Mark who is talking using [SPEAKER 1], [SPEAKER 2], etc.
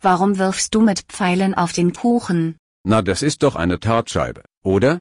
[SPEAKER 1] Warum wirfst du mit Pfeilen auf den Kuchen?
[SPEAKER 2] Na, das ist doch eine Tartscheibe, oder?